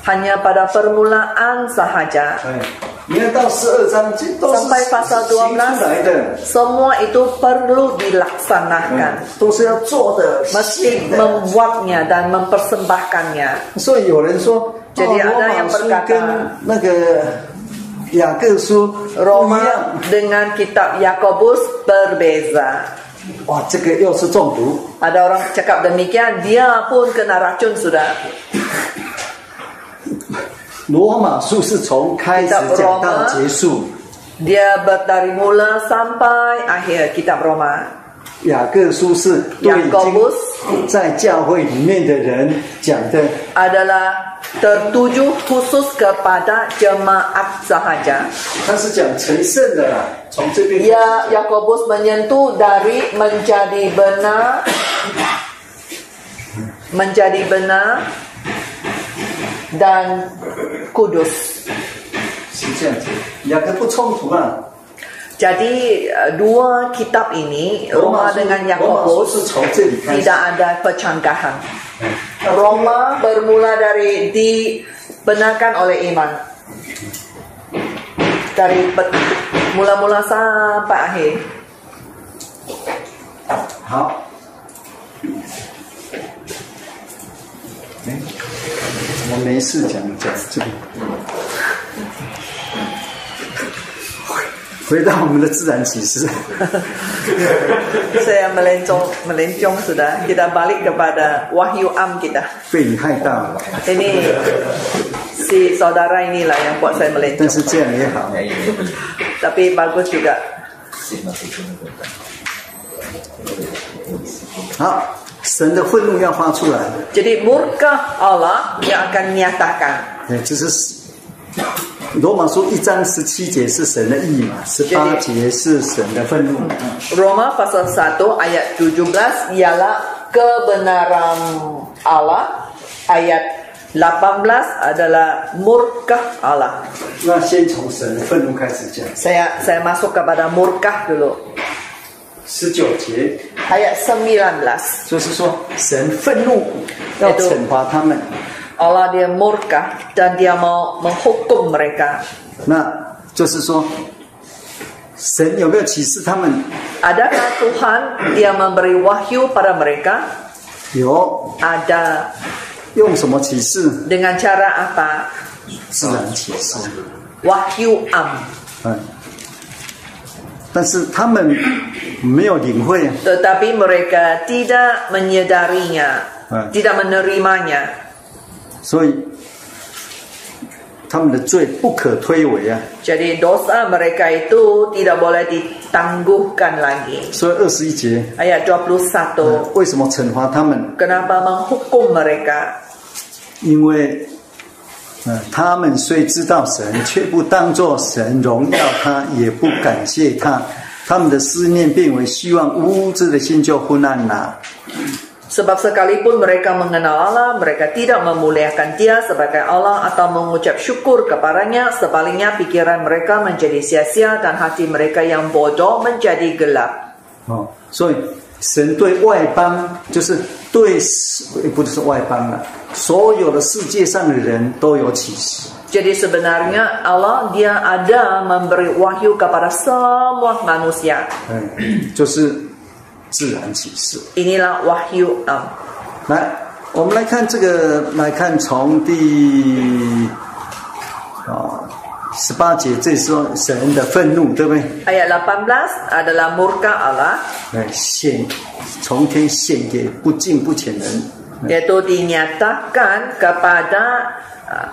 Speaker 1: Hanya pada permulaan sahaja.
Speaker 2: 哎，你看到十二章，这都是
Speaker 1: Sampai pasal
Speaker 2: 行出来的，
Speaker 1: 12 semua itu perlu
Speaker 2: 嗯
Speaker 1: dilaksanakan.，
Speaker 2: 都是要做的，
Speaker 1: Mesti
Speaker 2: 信的。
Speaker 1: membuatnya dan mempersembahkannya.
Speaker 2: 所以有人说，
Speaker 1: 这里
Speaker 2: 哦
Speaker 1: 啊
Speaker 2: 罗
Speaker 1: 那样
Speaker 2: 马
Speaker 1: 不
Speaker 2: 书
Speaker 1: 敢
Speaker 2: 跟
Speaker 1: 啊
Speaker 2: 那个雅各书不一
Speaker 1: Roma
Speaker 2: 样，
Speaker 1: dengan kitab Yakobus berbeza.
Speaker 2: 哇，这个又是中毒。
Speaker 1: Ada orang cakap demikian, dia pun kena racun sudah.
Speaker 2: 罗马书是从开始讲到结束，
Speaker 1: Dia ber- dari mula sampai akhir kitab Roma.
Speaker 2: 雅各书是对已
Speaker 1: Jacobus
Speaker 2: 经在教会里面的人讲的。
Speaker 1: Adalah tertuju khusus kepada jemaat sahaja.
Speaker 2: 他是讲成圣的啦，从这边
Speaker 1: Ya, Yakobus menyentuh dari menjadi benar menjadi benar dan kudus.
Speaker 2: 是这样子，两个不冲突啊。
Speaker 1: Jadi eh, dua kitab ini Roma
Speaker 2: 书
Speaker 1: dengan
Speaker 2: 罗马书
Speaker 1: Yakobus
Speaker 2: 是从这里开始
Speaker 1: tidak，ada percanggahan. Roma bermula dari dibenarkan oleh iman. Dari pe- mula-mula sampai akhir.
Speaker 2: 好。哎，我没事讲讲这个。回到我们的自然启示。
Speaker 1: Saya melencong, melencong sudah. Kita balik kepada wahyu am kita.
Speaker 2: 被你害大了，
Speaker 1: Ini si saudara inilah yang buat saya
Speaker 2: 但
Speaker 1: melencong.
Speaker 2: 是这样也好，
Speaker 4: 哎，有
Speaker 1: Tapi bagus juga.
Speaker 4: 信了，信了，
Speaker 2: 好，神的愤怒要发出来，
Speaker 1: Jadi murka Allah yang akan nyatakan.
Speaker 2: 也哎就是罗马书一章十七节是神的意嘛，十八节是神的愤怒。
Speaker 1: 嗯 Roma pasal 1 ayat 17 ialah kebenaran Allah. Ayat 18 adalah murka Allah.
Speaker 2: 那先从神的愤怒开始讲，
Speaker 1: Saya saya masuk kepada murka dulu.
Speaker 2: 十九节
Speaker 1: Ayat 19.
Speaker 2: 就是说神愤怒要惩罚他们。
Speaker 1: Allah dia murka dan dia mau menghukum mereka.
Speaker 2: 那就是说，神有没有启示他们？
Speaker 1: Adakah Tuhan dia memberi wahyu pada mereka?
Speaker 2: 有，
Speaker 1: Ada.
Speaker 2: 用什么启示？
Speaker 1: Dengan cara apa?
Speaker 2: 自然启示。
Speaker 1: Wahyu am.
Speaker 2: 嗯，但是他们没有领会，啊
Speaker 1: Tetapi mereka tidak menyadarinya,
Speaker 2: Hmm.
Speaker 1: tidak menerimanya.
Speaker 2: 所以他们的罪不可推诿啊。
Speaker 1: Jadi dosa mereka itu tidak boleh ditangguhkan lagi.
Speaker 2: 所以二十一节，
Speaker 1: Ayat 21.
Speaker 2: 为什么惩罚他们？
Speaker 1: Kenapa menghukum mereka?
Speaker 2: 因为，呃，他们虽知道神，却不当作神荣耀他，也不感谢他。他们的思念变为希望，无知的心就昏暗了。
Speaker 1: Sebab sekalipun mereka mengenal Allah, mereka tidak memuliakan Dia sebagai Allah atau mengucap syukur kepadanya, sebaliknya pikiran mereka menjadi sia-sia dan hati mereka yang bodoh menjadi gelap.
Speaker 2: 哦，所以神对外邦，就是对世呃不是外邦了，所有的世界上的人都有启示。
Speaker 1: Jadi sebenarnya Allah dia ada memberi wahyu kepada semua manusia.
Speaker 2: 嗯，就是自然启示。
Speaker 1: Inilah wahyu am.
Speaker 2: 来，我们来看这个，来看从第啊十八节，这时候神的愤怒，对不对？
Speaker 1: Ayat 18 adalah murka Allah
Speaker 2: 来显从天献给不敬不虔人。
Speaker 1: yaitu dinyatakan kepada uh,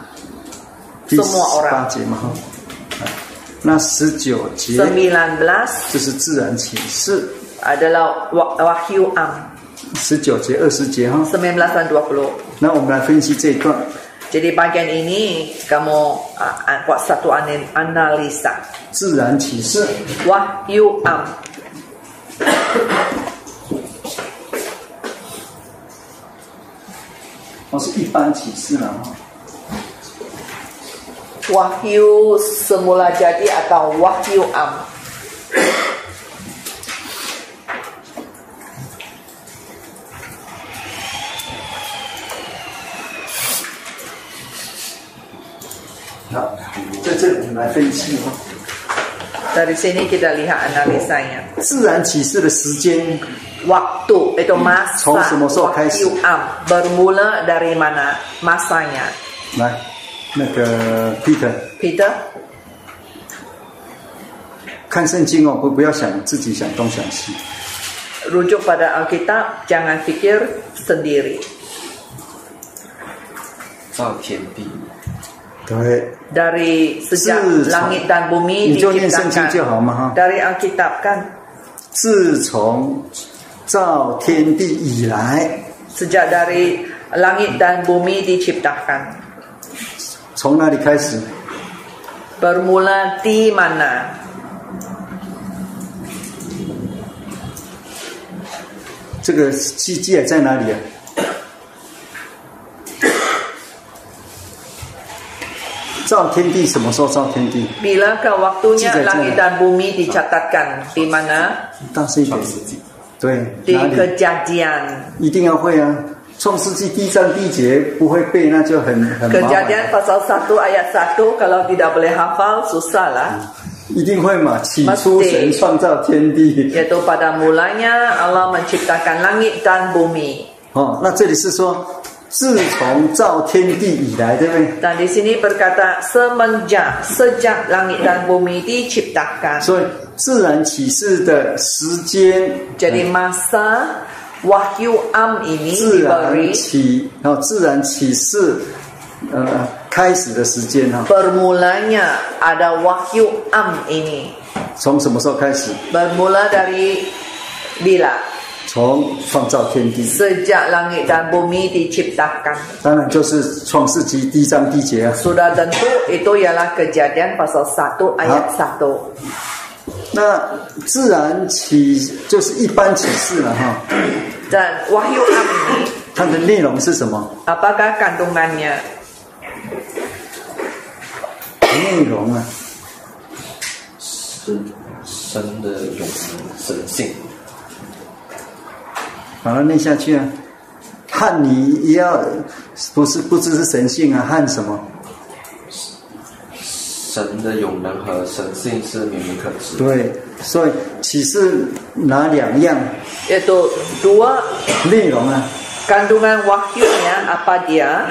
Speaker 2: 第十
Speaker 1: Semua orang
Speaker 2: 八节嘛，哈，那十九节
Speaker 1: 19
Speaker 2: 就是自然启示，
Speaker 1: adalah wa- wahyu am.
Speaker 2: 十九节二十节哈。
Speaker 1: 19 dan 20.
Speaker 2: 那我们来分析这一段，
Speaker 1: Jadi bagian ini kamu uh, buat satu ane- analisa.
Speaker 2: 自然启示
Speaker 1: Wahyu am.
Speaker 2: 哦是一般启示了哈。
Speaker 1: Wahyu semula jadi atau wahyu am.
Speaker 2: 好，在这里我们来分析哈。
Speaker 1: Dari sini kita lihat analisanya.
Speaker 2: 自然启示的时间
Speaker 1: Waktu itu masa.
Speaker 2: Cong Hmm. semua sok
Speaker 1: Wahyu am bermula dari mana masanya?
Speaker 2: 来，那个 Peter
Speaker 1: Peter,
Speaker 2: 看圣经哦，不不要想自己想东想西，
Speaker 1: rujuk pada Alkitab, jangan pikir sendiri
Speaker 4: 造天地，
Speaker 2: 对，
Speaker 1: dari sejak
Speaker 2: Zhi-
Speaker 1: langit dan bumi
Speaker 2: 你就念圣经
Speaker 1: diciptakan
Speaker 2: 就好嘛哈。
Speaker 1: dari Alkitab kan
Speaker 2: 自从造天地以来，
Speaker 1: sejak dari langit dan bumi diciptakan.
Speaker 2: 从哪里开始？
Speaker 1: Bermula di mana?
Speaker 2: 这个世界在哪里啊？ 造天地什么时候造天地？
Speaker 1: Bilakah waktunya
Speaker 2: Sejak
Speaker 1: langit
Speaker 2: zaman.
Speaker 1: dan bumi dicatatkan? Di mana?
Speaker 2: 大声一点。对，
Speaker 1: Di
Speaker 2: 哪里？
Speaker 1: kejadian.
Speaker 2: 一定要会啊！创世纪第一章第一节不会背，那就很很麻
Speaker 1: Kejadian
Speaker 2: 烦。
Speaker 1: pasal 1 ayat 1 kalau tidak boleh hafal susahlah.
Speaker 2: 一定会嘛？起初神创造天地。
Speaker 1: Yaitu pada mulanya Allah menciptakan langit dan bumi.
Speaker 2: 哦，那这里是说自从造天地以来，对不对？
Speaker 1: Dan di sini berkata semenjak sejak langit dan bumi diciptakan.
Speaker 2: 所以自然启示的时间，呃
Speaker 1: Jadi masa wahyu am ini diberi
Speaker 2: 自然启，然后自然启示，呃，开始的时间哦哈，
Speaker 1: bermulanya ada wahyu am ini.
Speaker 2: 从什么时候开始？
Speaker 1: Bermula dari bila
Speaker 2: 从创造天地，
Speaker 1: sejak langit dan bumi diciptakan.
Speaker 2: 当然就是创世纪第一章第一节啊。
Speaker 1: Sudah tentu itu ialah kejadian pasal 1 ayat 1.
Speaker 2: 那自然启就是一般启示了哈，
Speaker 1: Dan wahyu am ini
Speaker 2: 它的内容是什么？
Speaker 1: apakah kandungannya?
Speaker 2: 内容啊，
Speaker 4: 是神的永恒神性，
Speaker 2: 把它念下去啊。汉你也要不是不只是神性啊，汉什么？
Speaker 4: 神的永能和神性是明明可知。
Speaker 2: 对，所以启示哪两样
Speaker 1: Yaitu dua
Speaker 2: 内容啊？
Speaker 1: kandungan wahyunya apa dia?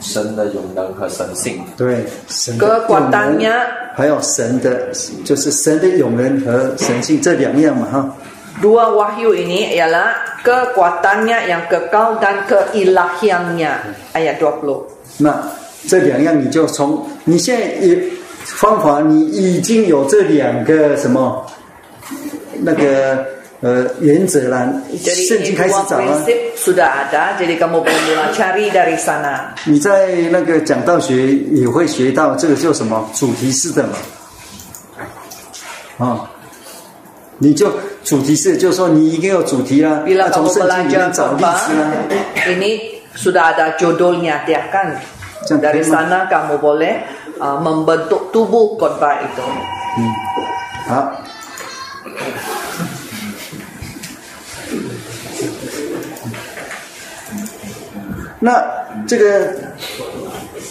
Speaker 4: 神的永能和神性，
Speaker 2: 对，神的
Speaker 1: 哥管当
Speaker 2: 永
Speaker 1: 呀
Speaker 2: 能，还有神的，就是神的永能和神性这两样嘛哈。
Speaker 1: Dua wahyu ini ialah kekuatannya yang kekal dan keilahiannya. Ayat 20.
Speaker 2: 那这两样你就从你现在也方法，你已经有这两个什么那个呃原则了，
Speaker 1: Jadi
Speaker 2: 圣
Speaker 1: ini
Speaker 2: 经开始
Speaker 1: dua
Speaker 2: 找啊。
Speaker 1: prinsip sudah ada. Jadi kamu bermula cari dari sana.
Speaker 2: 你在那个讲道学也会学到这个叫什么主题式的嘛，啊、你就主题式，就是说你已经有主题了，
Speaker 1: Bila
Speaker 2: 那从
Speaker 1: kamu
Speaker 2: 圣经里
Speaker 1: belajar
Speaker 2: 面找例
Speaker 1: khotbah,
Speaker 2: 子啊，
Speaker 1: ini sudah ada judulnya dia kan.
Speaker 2: Macam
Speaker 1: Dari
Speaker 2: tema.
Speaker 1: sana kamu boleh uh, membentuk tubuh khotbah itu.
Speaker 2: 啊好。那这个，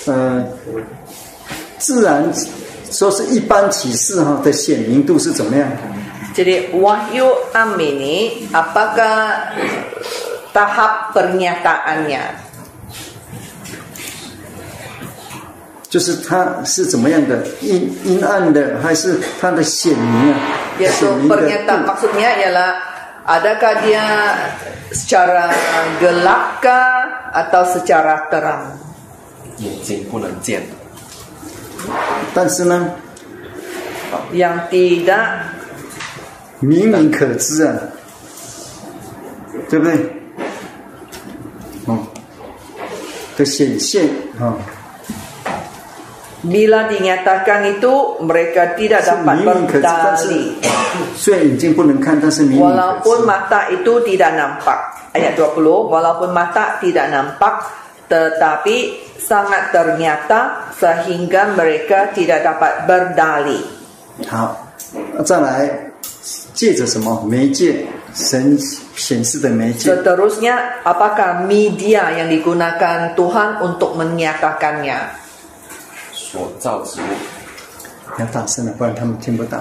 Speaker 2: 呃，自然说是一般启示哈的显明度是怎么样？
Speaker 1: Jadi wahyu am ini apakah tahap pernyataannya?
Speaker 2: 就是它是怎么样的阴阴暗的，还是它的显明啊？
Speaker 1: Yaitu
Speaker 2: 显明的
Speaker 1: pernyataan
Speaker 2: 度
Speaker 1: maksudnya ialah adakah dia secara gelap kah atau secara terang?
Speaker 4: 眼睛不能见，
Speaker 2: 但是呢，
Speaker 1: Yang tidak
Speaker 2: 明明可知啊，对不对？哦，的显现啊、
Speaker 1: bila dinyatakan itu mereka tidak
Speaker 2: 是
Speaker 1: dapat
Speaker 2: 明明可知，但是
Speaker 1: berdali
Speaker 2: 虽然眼睛不能看，但是明明可
Speaker 1: walaupun
Speaker 2: 知。
Speaker 1: mata itu tidak nampak. Ayat 20 walaupun mata tidak nampak tetapi sangat ternyata sehingga mereka tidak dapat berdali.
Speaker 2: 好，再来，借着什么媒介？神显示的媒介。
Speaker 1: Seterusnya, apakah media yang digunakan Tuhan untuk menyatakannya?
Speaker 4: 所造之物，
Speaker 2: 要大声了，不然他们听不到。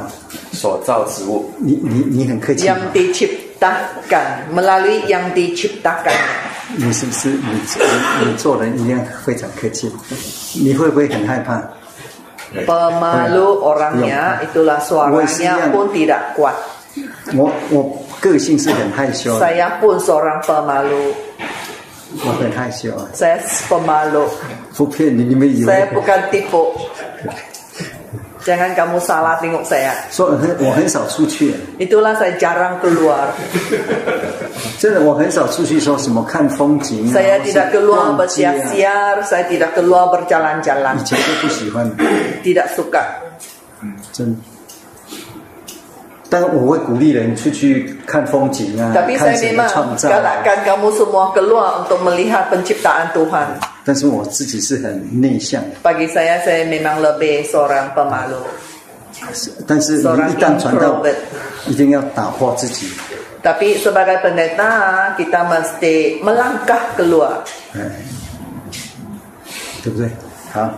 Speaker 4: 所造之物，
Speaker 2: 你你你很客气吗
Speaker 1: Yang diciptakan, melalui yang diciptakannya.
Speaker 2: 你是不是你你你做人一定要非常客气？你会不会很害怕？
Speaker 1: Pemalu orangnya, itulah suaranya pun tidak kuat.
Speaker 2: 我我个性是很害羞的，
Speaker 1: Saya pun seorang pemalu.
Speaker 2: 我很害羞啊，
Speaker 1: Saya pemalu.
Speaker 2: 不骗你，你们以
Speaker 1: Saya
Speaker 2: 为
Speaker 1: bukan tipu. Jangan kamu salah tengok saya.
Speaker 2: 说我很我很少出去，
Speaker 1: Itulah saya jarang keluar.
Speaker 2: 真的我很少出去说什么看风景啊，
Speaker 1: Saya
Speaker 2: 或是
Speaker 1: tidak keluar
Speaker 2: 逛街啊
Speaker 1: bersiar-siar. Saya tidak keluar
Speaker 2: 以
Speaker 1: berjalan-jalan.
Speaker 2: 前都不喜欢，
Speaker 1: Tidak suka.
Speaker 2: 真的。但我会鼓励人出去看风景啊，
Speaker 1: Tapi
Speaker 2: 看
Speaker 1: saya
Speaker 2: 谁的
Speaker 1: memang
Speaker 2: 创造啊、
Speaker 1: galakkan kamu semua keluar untuk melihat penciptaan Tuhan.
Speaker 2: 但是我自己是很内向的，
Speaker 1: Bagi saya, saya memang lebih seorang pemalu.
Speaker 2: 但是你一
Speaker 1: Seorang
Speaker 2: 旦传道
Speaker 1: introvert.，
Speaker 2: 一定要打破自己。
Speaker 1: Tapi sebagai pendeta, kita mesti melangkah keluar.
Speaker 2: 哎，对不对？好，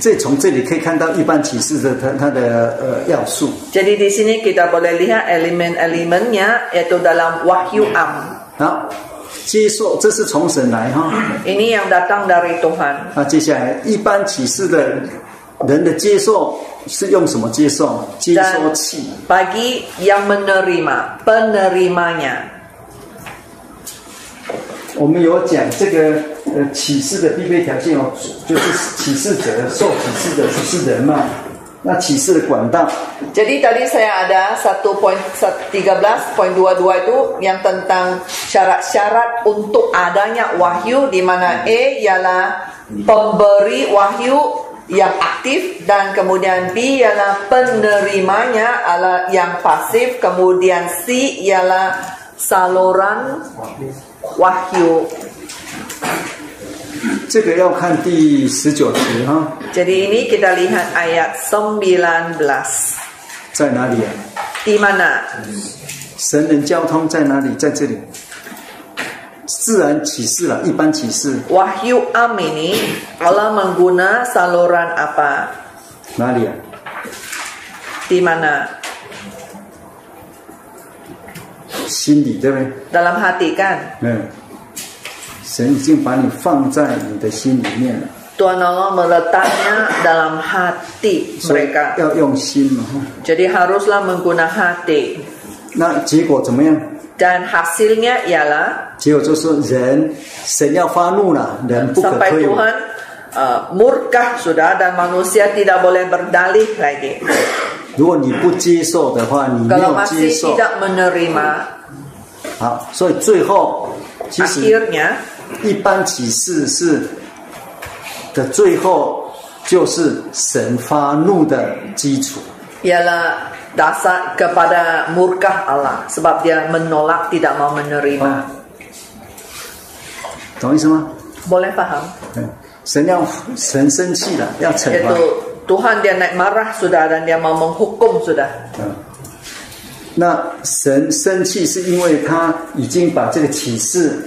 Speaker 2: 这从这里可以看到一般启示的它它的呃要素。
Speaker 1: Jadi di sini kita boleh lihat elemen-elemennya yaitu dalam wahyu am.
Speaker 2: 好，接受这是从神来哈、
Speaker 1: Ini yang datang dari Tuhan.
Speaker 2: 那接下来一般启示的人的接受是用什么接受？接
Speaker 1: Dan
Speaker 2: 收器。
Speaker 1: bagi yang menerima, penerimanya.
Speaker 2: 我们有讲这个呃启示的必备条件哦，就是启示者受启示者不是人嘛，那启示的管道
Speaker 1: Jadi tadi saya ada 1.13.22 itu yang tentang syarat-syarat untuk adanya wahyu di mana E ialah pemberi wahyu yang aktif dan kemudian B ialah penerimanya ala- yang pasif kemudian C ialah saluran wahyu.
Speaker 2: 这个要看第十九题哈、
Speaker 1: Jadi ini kita lihat ayat 19.
Speaker 2: 在哪里啊？
Speaker 1: Di mana
Speaker 2: 神人交通在哪里？在这里。自然启示了，一般启示
Speaker 1: Wahyu Am ini Allah mengguna saluran apa?
Speaker 2: 哪里啊？
Speaker 1: Di mana?
Speaker 2: 心里对不对？
Speaker 1: Dalam hati kan?
Speaker 2: 嗯，神已经把你放在你的心里面了，
Speaker 1: Tuhan Allah meletaknya dalam hati
Speaker 2: 所以
Speaker 1: mereka.
Speaker 2: 要用心嘛。哈
Speaker 1: Jadi haruslah menggunakan hati.
Speaker 2: 那结果怎么样？
Speaker 1: Dan hasilnya ialah
Speaker 2: 结果就是人，神要发怒了，人不可
Speaker 1: sampai
Speaker 2: 推诿。
Speaker 1: Tuhan uh, murkah sudah dan manusia tidak boleh berdalih lagi.
Speaker 2: 如果你不接受的话，你没
Speaker 1: Kalau
Speaker 2: 有接
Speaker 1: masih
Speaker 2: 受，
Speaker 1: tidak menerima
Speaker 2: 好，所以最后其实
Speaker 1: akhirnya
Speaker 2: 一般启示是的最后就是神发怒的基础。
Speaker 1: ialah dasar kepada murkah Allah sebab dia menolak tidak mau menerima.
Speaker 2: 啊，懂意思吗？
Speaker 1: Boleh faham?
Speaker 2: 嗯，神要神生气了，要惩罚
Speaker 1: Yaitu。Tuhan dia naik marah sudah dan dia mau menghukum sudah.
Speaker 2: 嗯，那神生气是因为他已经把这个启示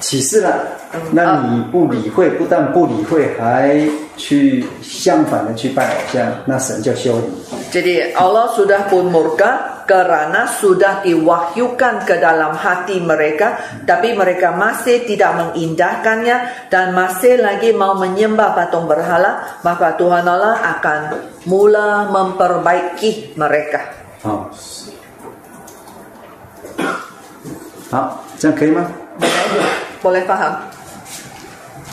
Speaker 2: 启示了，那你不理会，不但不理会，还去相反的去拜偶像，那神就修理。
Speaker 1: Jadi Allah sudah pun murka kerana sudah diwahyukan ke dalam hati mereka tapi mereka masih tidak mengindahkannya dan masih lagi mau menyembah patung berhala maka Tuhan Allah akan mula memperbaiki mereka.
Speaker 2: 好，好，这样可以吗？
Speaker 1: Boleh faham?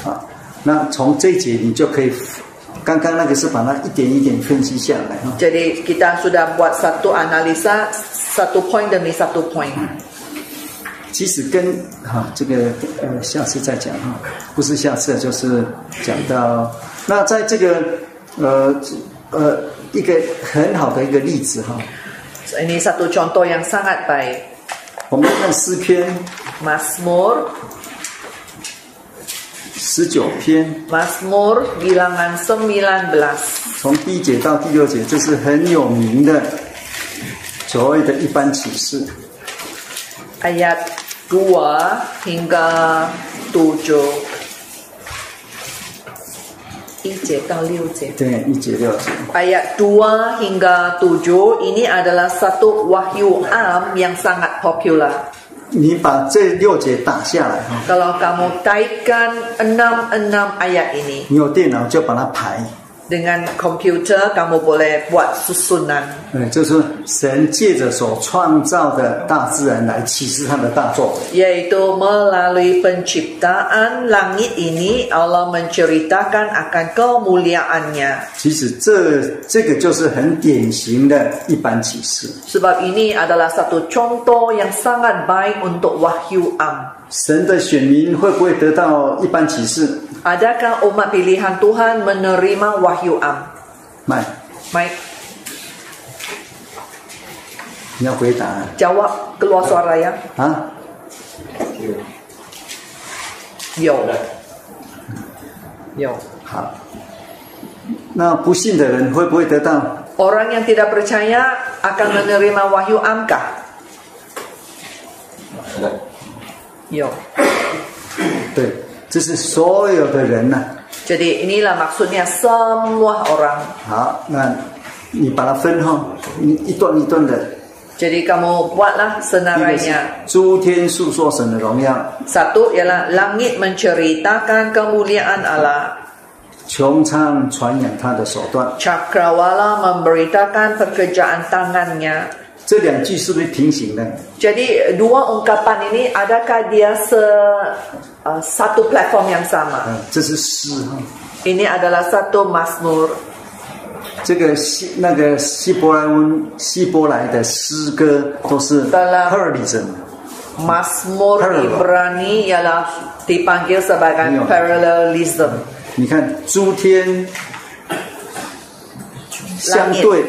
Speaker 2: 好，那从这一节你就可以，刚刚那个是把它一点一点分析下来哈。
Speaker 1: Jadi kita sudah buat satu analisa satu poin demi satu poin.
Speaker 2: 其实跟哈、这个呃下次再讲哈，不是下次就是讲到那在这个呃呃一个很好的一个例子哈，
Speaker 1: Ini satu contoh yang sangat baik.
Speaker 2: 我们看诗篇
Speaker 1: Mazmur,
Speaker 2: 十九篇，
Speaker 1: Mazmur bilangan 19.
Speaker 2: 从第一节到第六节，这是很有名的所谓的一般启示。
Speaker 1: ayat 2 hingga 7. 1节到6节.
Speaker 2: 对，一节六节，
Speaker 1: Ayat 2 hingga 7 ini adalah satu wahyu am yang sangat popular.
Speaker 2: 你把这六节打下来哈，
Speaker 1: Kalau kamu kaitkan 6-6 ayat ini
Speaker 2: 你有电脑就把它排，
Speaker 1: dengan komputer, kamu boleh buat susunan.
Speaker 2: 呃，就是神借着所创造的大自然来启示他的大作为。
Speaker 1: Yaitu melalui penciptaan langit ini Allah menceritakan akan kemuliaannya.
Speaker 2: 其实这这个就是很典型的一般启示，
Speaker 1: Sebab ini adalah satu contoh yang sangat baik untuk wahyu am.
Speaker 2: 神的选民会不会得到一般启示？
Speaker 1: Adakah umat pilihan Tuhan menerima wahyu am?
Speaker 2: 麦，
Speaker 1: Mike,
Speaker 2: 你要回答啊
Speaker 1: jawab keluar suara ya.
Speaker 2: 啊！
Speaker 1: Yo. Yo.
Speaker 2: 好，那不信的人会不会得到？
Speaker 1: Orang yang tidak percaya akan menerima wahyu am kah?
Speaker 4: 是的，
Speaker 1: Yo.
Speaker 2: 对，这是所有的人呐、
Speaker 1: Jadi inilah maksudnya semua orang.
Speaker 2: 好，那你把它分哈，一一段一段的。
Speaker 1: Jadi kamu buatlah
Speaker 2: 第一个是
Speaker 1: senarainya.
Speaker 2: 诸天诉说神的荣耀，
Speaker 1: Satu ialah langit menceritakan kemuliaan Allah.
Speaker 2: 穹苍传扬他的手段。
Speaker 1: Cakrawala memberitakan pekerjaan tangannya.
Speaker 2: 这两句是不是平行的？
Speaker 1: Jadi dua ungkapan ini adakah dia se, uh, satu platform yang sama?
Speaker 2: 嗯，这是诗哈。
Speaker 1: Ini adalah satu Mazmur.
Speaker 2: 这个希那个希伯来文希伯来的诗歌都是
Speaker 1: 当然
Speaker 2: parallelism，
Speaker 1: Mazmur
Speaker 2: Parallel.
Speaker 1: Ibrani ialah dipanggil sebagai
Speaker 2: Ini orang.
Speaker 1: parallelism.
Speaker 2: 你看诸天相对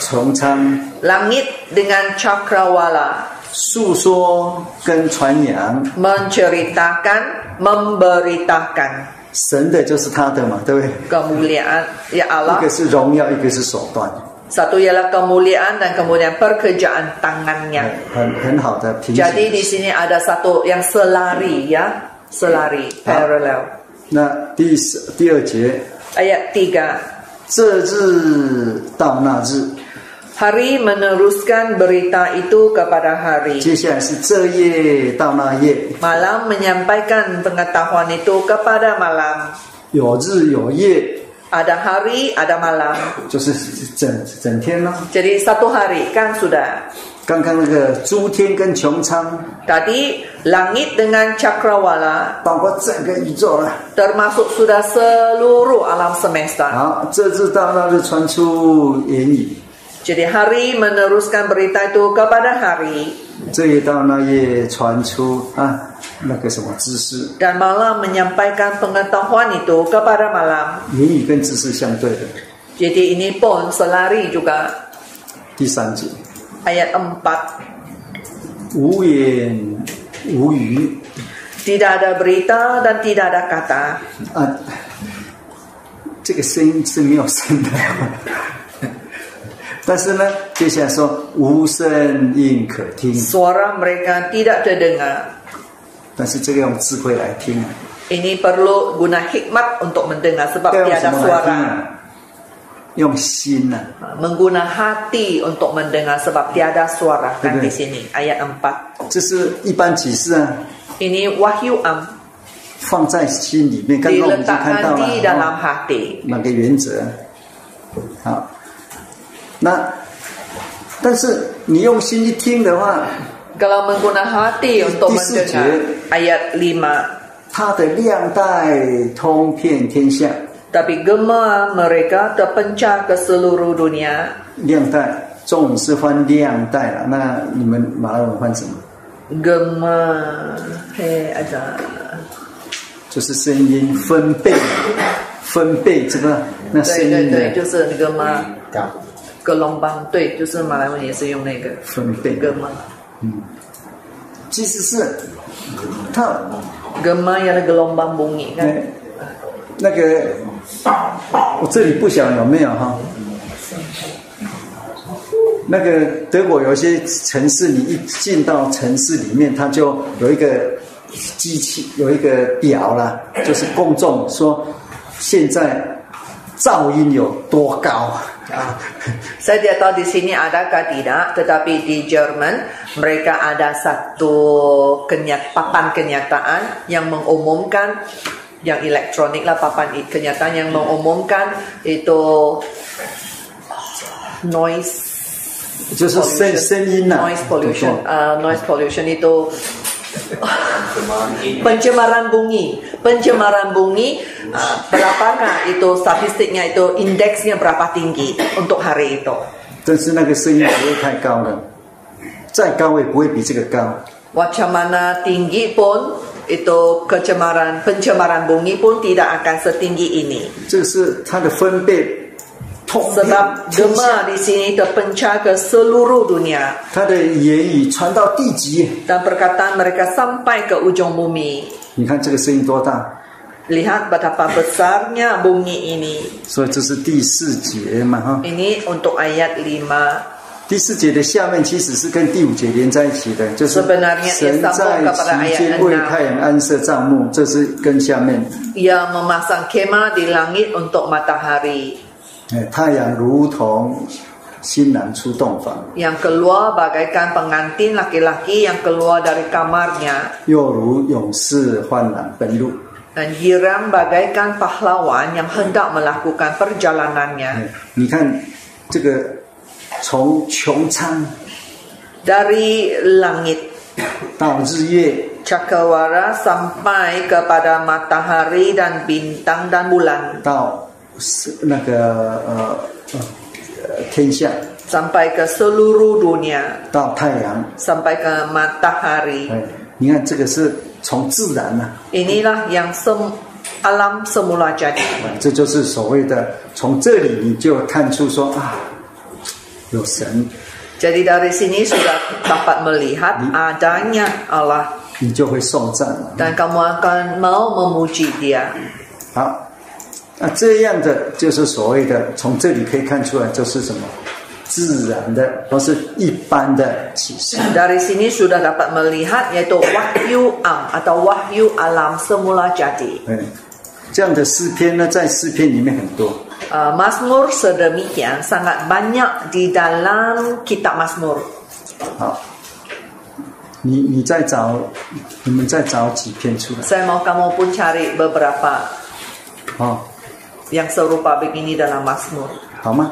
Speaker 2: 穹苍
Speaker 1: Langit dengan cakrawala
Speaker 2: 诉说跟传扬，
Speaker 1: menceritakan, memberitakan
Speaker 2: 神的就是他的嘛，对不对？
Speaker 1: kemuliaan ya
Speaker 2: 一
Speaker 1: Allah.
Speaker 2: 个是荣耀，一个是手段，
Speaker 1: Satu ialah kemuliaan dan kemudian pekerjaan tangannya.
Speaker 2: 很很好的平
Speaker 1: Jadi di
Speaker 2: 行。
Speaker 1: sini ada satu yang selari ya, selari parallel.
Speaker 2: 那第十第二节，
Speaker 1: Ayat 3.
Speaker 2: 这日到那日，
Speaker 1: Hari meneruskan berita itu kepada hari.
Speaker 2: 接下来是这夜到那夜，
Speaker 1: Malam menyampaikan pengetahuan itu kepada malam.
Speaker 2: 有日有夜，
Speaker 1: Ada hari, ada malam.
Speaker 2: 就是整整天啦、
Speaker 1: Jadi satu hari kan sudah.
Speaker 2: 刚刚那个诸天跟穹苍，
Speaker 1: Tadi langit dengan cakrawala
Speaker 2: 包括整个宇宙了。
Speaker 1: termasuk sudah seluruh alam semesta.
Speaker 2: 好，这日到那日传出言语，
Speaker 1: Jadi hari meneruskan berita itu kepada hari
Speaker 2: 这一到那夜传出啊那个什么知识，
Speaker 1: dan malam menyampaikan pengetahuan itu kepada malam.
Speaker 2: 言语跟知识相对的。
Speaker 1: Jadi ini pun selari juga
Speaker 2: 第三节，
Speaker 1: ayat 4.
Speaker 2: 无言无语
Speaker 1: Tidak ada berita dan tidak ada kata.
Speaker 2: 啊，这个声音是没有声的。 但是呢，接下来说无声音可听，
Speaker 1: Suara mereka tidak terdengar.
Speaker 2: 但是这个用智慧来听啊，
Speaker 1: Ini perlu guna hikmat untuk mendengar sebab
Speaker 2: 要用什
Speaker 1: tiada
Speaker 2: 么来听
Speaker 1: suara.
Speaker 2: 啊？用心啊呐、
Speaker 1: Mengguna hati untuk mendengar sebab tiada suara kan
Speaker 2: Betul.
Speaker 1: di sini ayat 4.
Speaker 2: 这是一般启示啊，
Speaker 1: Ini wahyu am
Speaker 2: 放在心里面。刚刚我们已经看
Speaker 1: diletakkan
Speaker 2: 到
Speaker 1: di
Speaker 2: 了
Speaker 1: dalam
Speaker 2: 啊
Speaker 1: hati.
Speaker 2: 那个原则。好，那但是你用心去听的话，
Speaker 1: Kalau mengguna hati untuk
Speaker 2: Di- di
Speaker 1: mendengar
Speaker 2: sujud.
Speaker 1: ayat 5.
Speaker 2: 它的量带通遍天下，
Speaker 1: Tapi gema mereka terpencar ke seluruh dunia.
Speaker 2: 量带中文是翻量带了，那你们马来文翻什么？
Speaker 1: Gema hei ada
Speaker 2: 就是声音分贝，分贝这个那声音的
Speaker 1: 对对对，就是那个嘛，格隆邦，对，就是马来文也是用那个
Speaker 2: 分贝，其实是它
Speaker 1: gema ialah gelombang bunyi
Speaker 2: 哎
Speaker 1: kan，
Speaker 2: 那个我这里不晓得有没有哈。那个德国有些城市，你一进到城市里面，它就有一个机器，有一个表啦，就是公众说现在噪音有多高。
Speaker 1: Ah. Saya tidak tahu di sini adakah tidak, tetapi di Jerman mereka ada satu kenyat, papan kenyataan yang mengumumkan yang elektronik lah papan i- kenyataan yang mengumumkan itu noise
Speaker 2: 就是声声音呐、
Speaker 1: noise pollution, uh, noise pollution itu pencemaran bunyi, pencemaran bunyi uh, berapakah itu statistiknya itu indeksnya berapa tinggi untuk hari itu.
Speaker 2: 但是那个声音不会太高了，再高也不会比这个高。
Speaker 1: Macam mana tinggi pun itu kecemaran pencemaran bunyi pun tidak akan setinggi ini
Speaker 2: 这个是它的分贝，通
Speaker 1: sebab
Speaker 2: 天
Speaker 1: gema
Speaker 2: 下
Speaker 1: di sini terpencar ke seluruh dunia
Speaker 2: 他的言语传到地极，
Speaker 1: dan perkataan mereka sampai ke ujung bumi.
Speaker 2: 你看这个声音多大？
Speaker 1: Lihat betapa besarnya bunyi ini.
Speaker 2: 所以这是第四节嘛，哈。
Speaker 1: Ini untuk ayat 5.
Speaker 2: 第第四节的下面其实是跟第五节连在一起的，就是
Speaker 1: Sebenarnya ia
Speaker 2: 神
Speaker 1: sambung
Speaker 2: 在
Speaker 1: kepada
Speaker 2: 其
Speaker 1: ayat
Speaker 2: 间为太阳安设帐幕，这是跟下面，
Speaker 1: Ia memasang kemah di langit untuk matahari
Speaker 2: 哎，太阳如同新郎出洞房，
Speaker 1: yang keluar bagaikan pengantin laki-laki yang keluar dari kamarnya
Speaker 2: 又如勇士焕然奔入。
Speaker 1: dan Hiram bagaikan pahlawan yang hendak melakukan perjalanannya
Speaker 2: 哎你看这个从穹苍
Speaker 1: dari langit
Speaker 2: 到日月，
Speaker 1: cakrawala sampai kepada matahari dan bintang dan bulan
Speaker 2: 到是那个呃呃呃天下，
Speaker 1: sampai ke seluruh dunia
Speaker 2: 到太阳，
Speaker 1: sampai ke matahari
Speaker 2: 哎，你看这个是从自然呐、啊
Speaker 1: inilah yang sem- alam semula jadi
Speaker 2: 哎，这就是所谓的从这里你就看出说啊，有神，
Speaker 1: jadi dari sini sudah dapat melihat adanya Allah
Speaker 2: 你就会颂赞了。
Speaker 1: dan kamu akan mau memuji Dia.
Speaker 2: 好，那这样的就是所谓的从这里可以看出来，就是什么自然的，不是一般的启示。
Speaker 1: Dari sini sudah dapat melihat yaitu wahyu am atau wahyu alam semula jadi.
Speaker 2: 嗯，这样的诗篇呢，在诗篇里面很多。
Speaker 1: Uh, Mazmur sedemikian sangat banyak di dalam kitab Mazmur.
Speaker 2: 好，你你再找，你们再找几篇出来
Speaker 1: Saya mau kamu pun cari beberapa
Speaker 2: 哦，
Speaker 1: yang serupa begini dalam Mazmur.
Speaker 2: 好吗？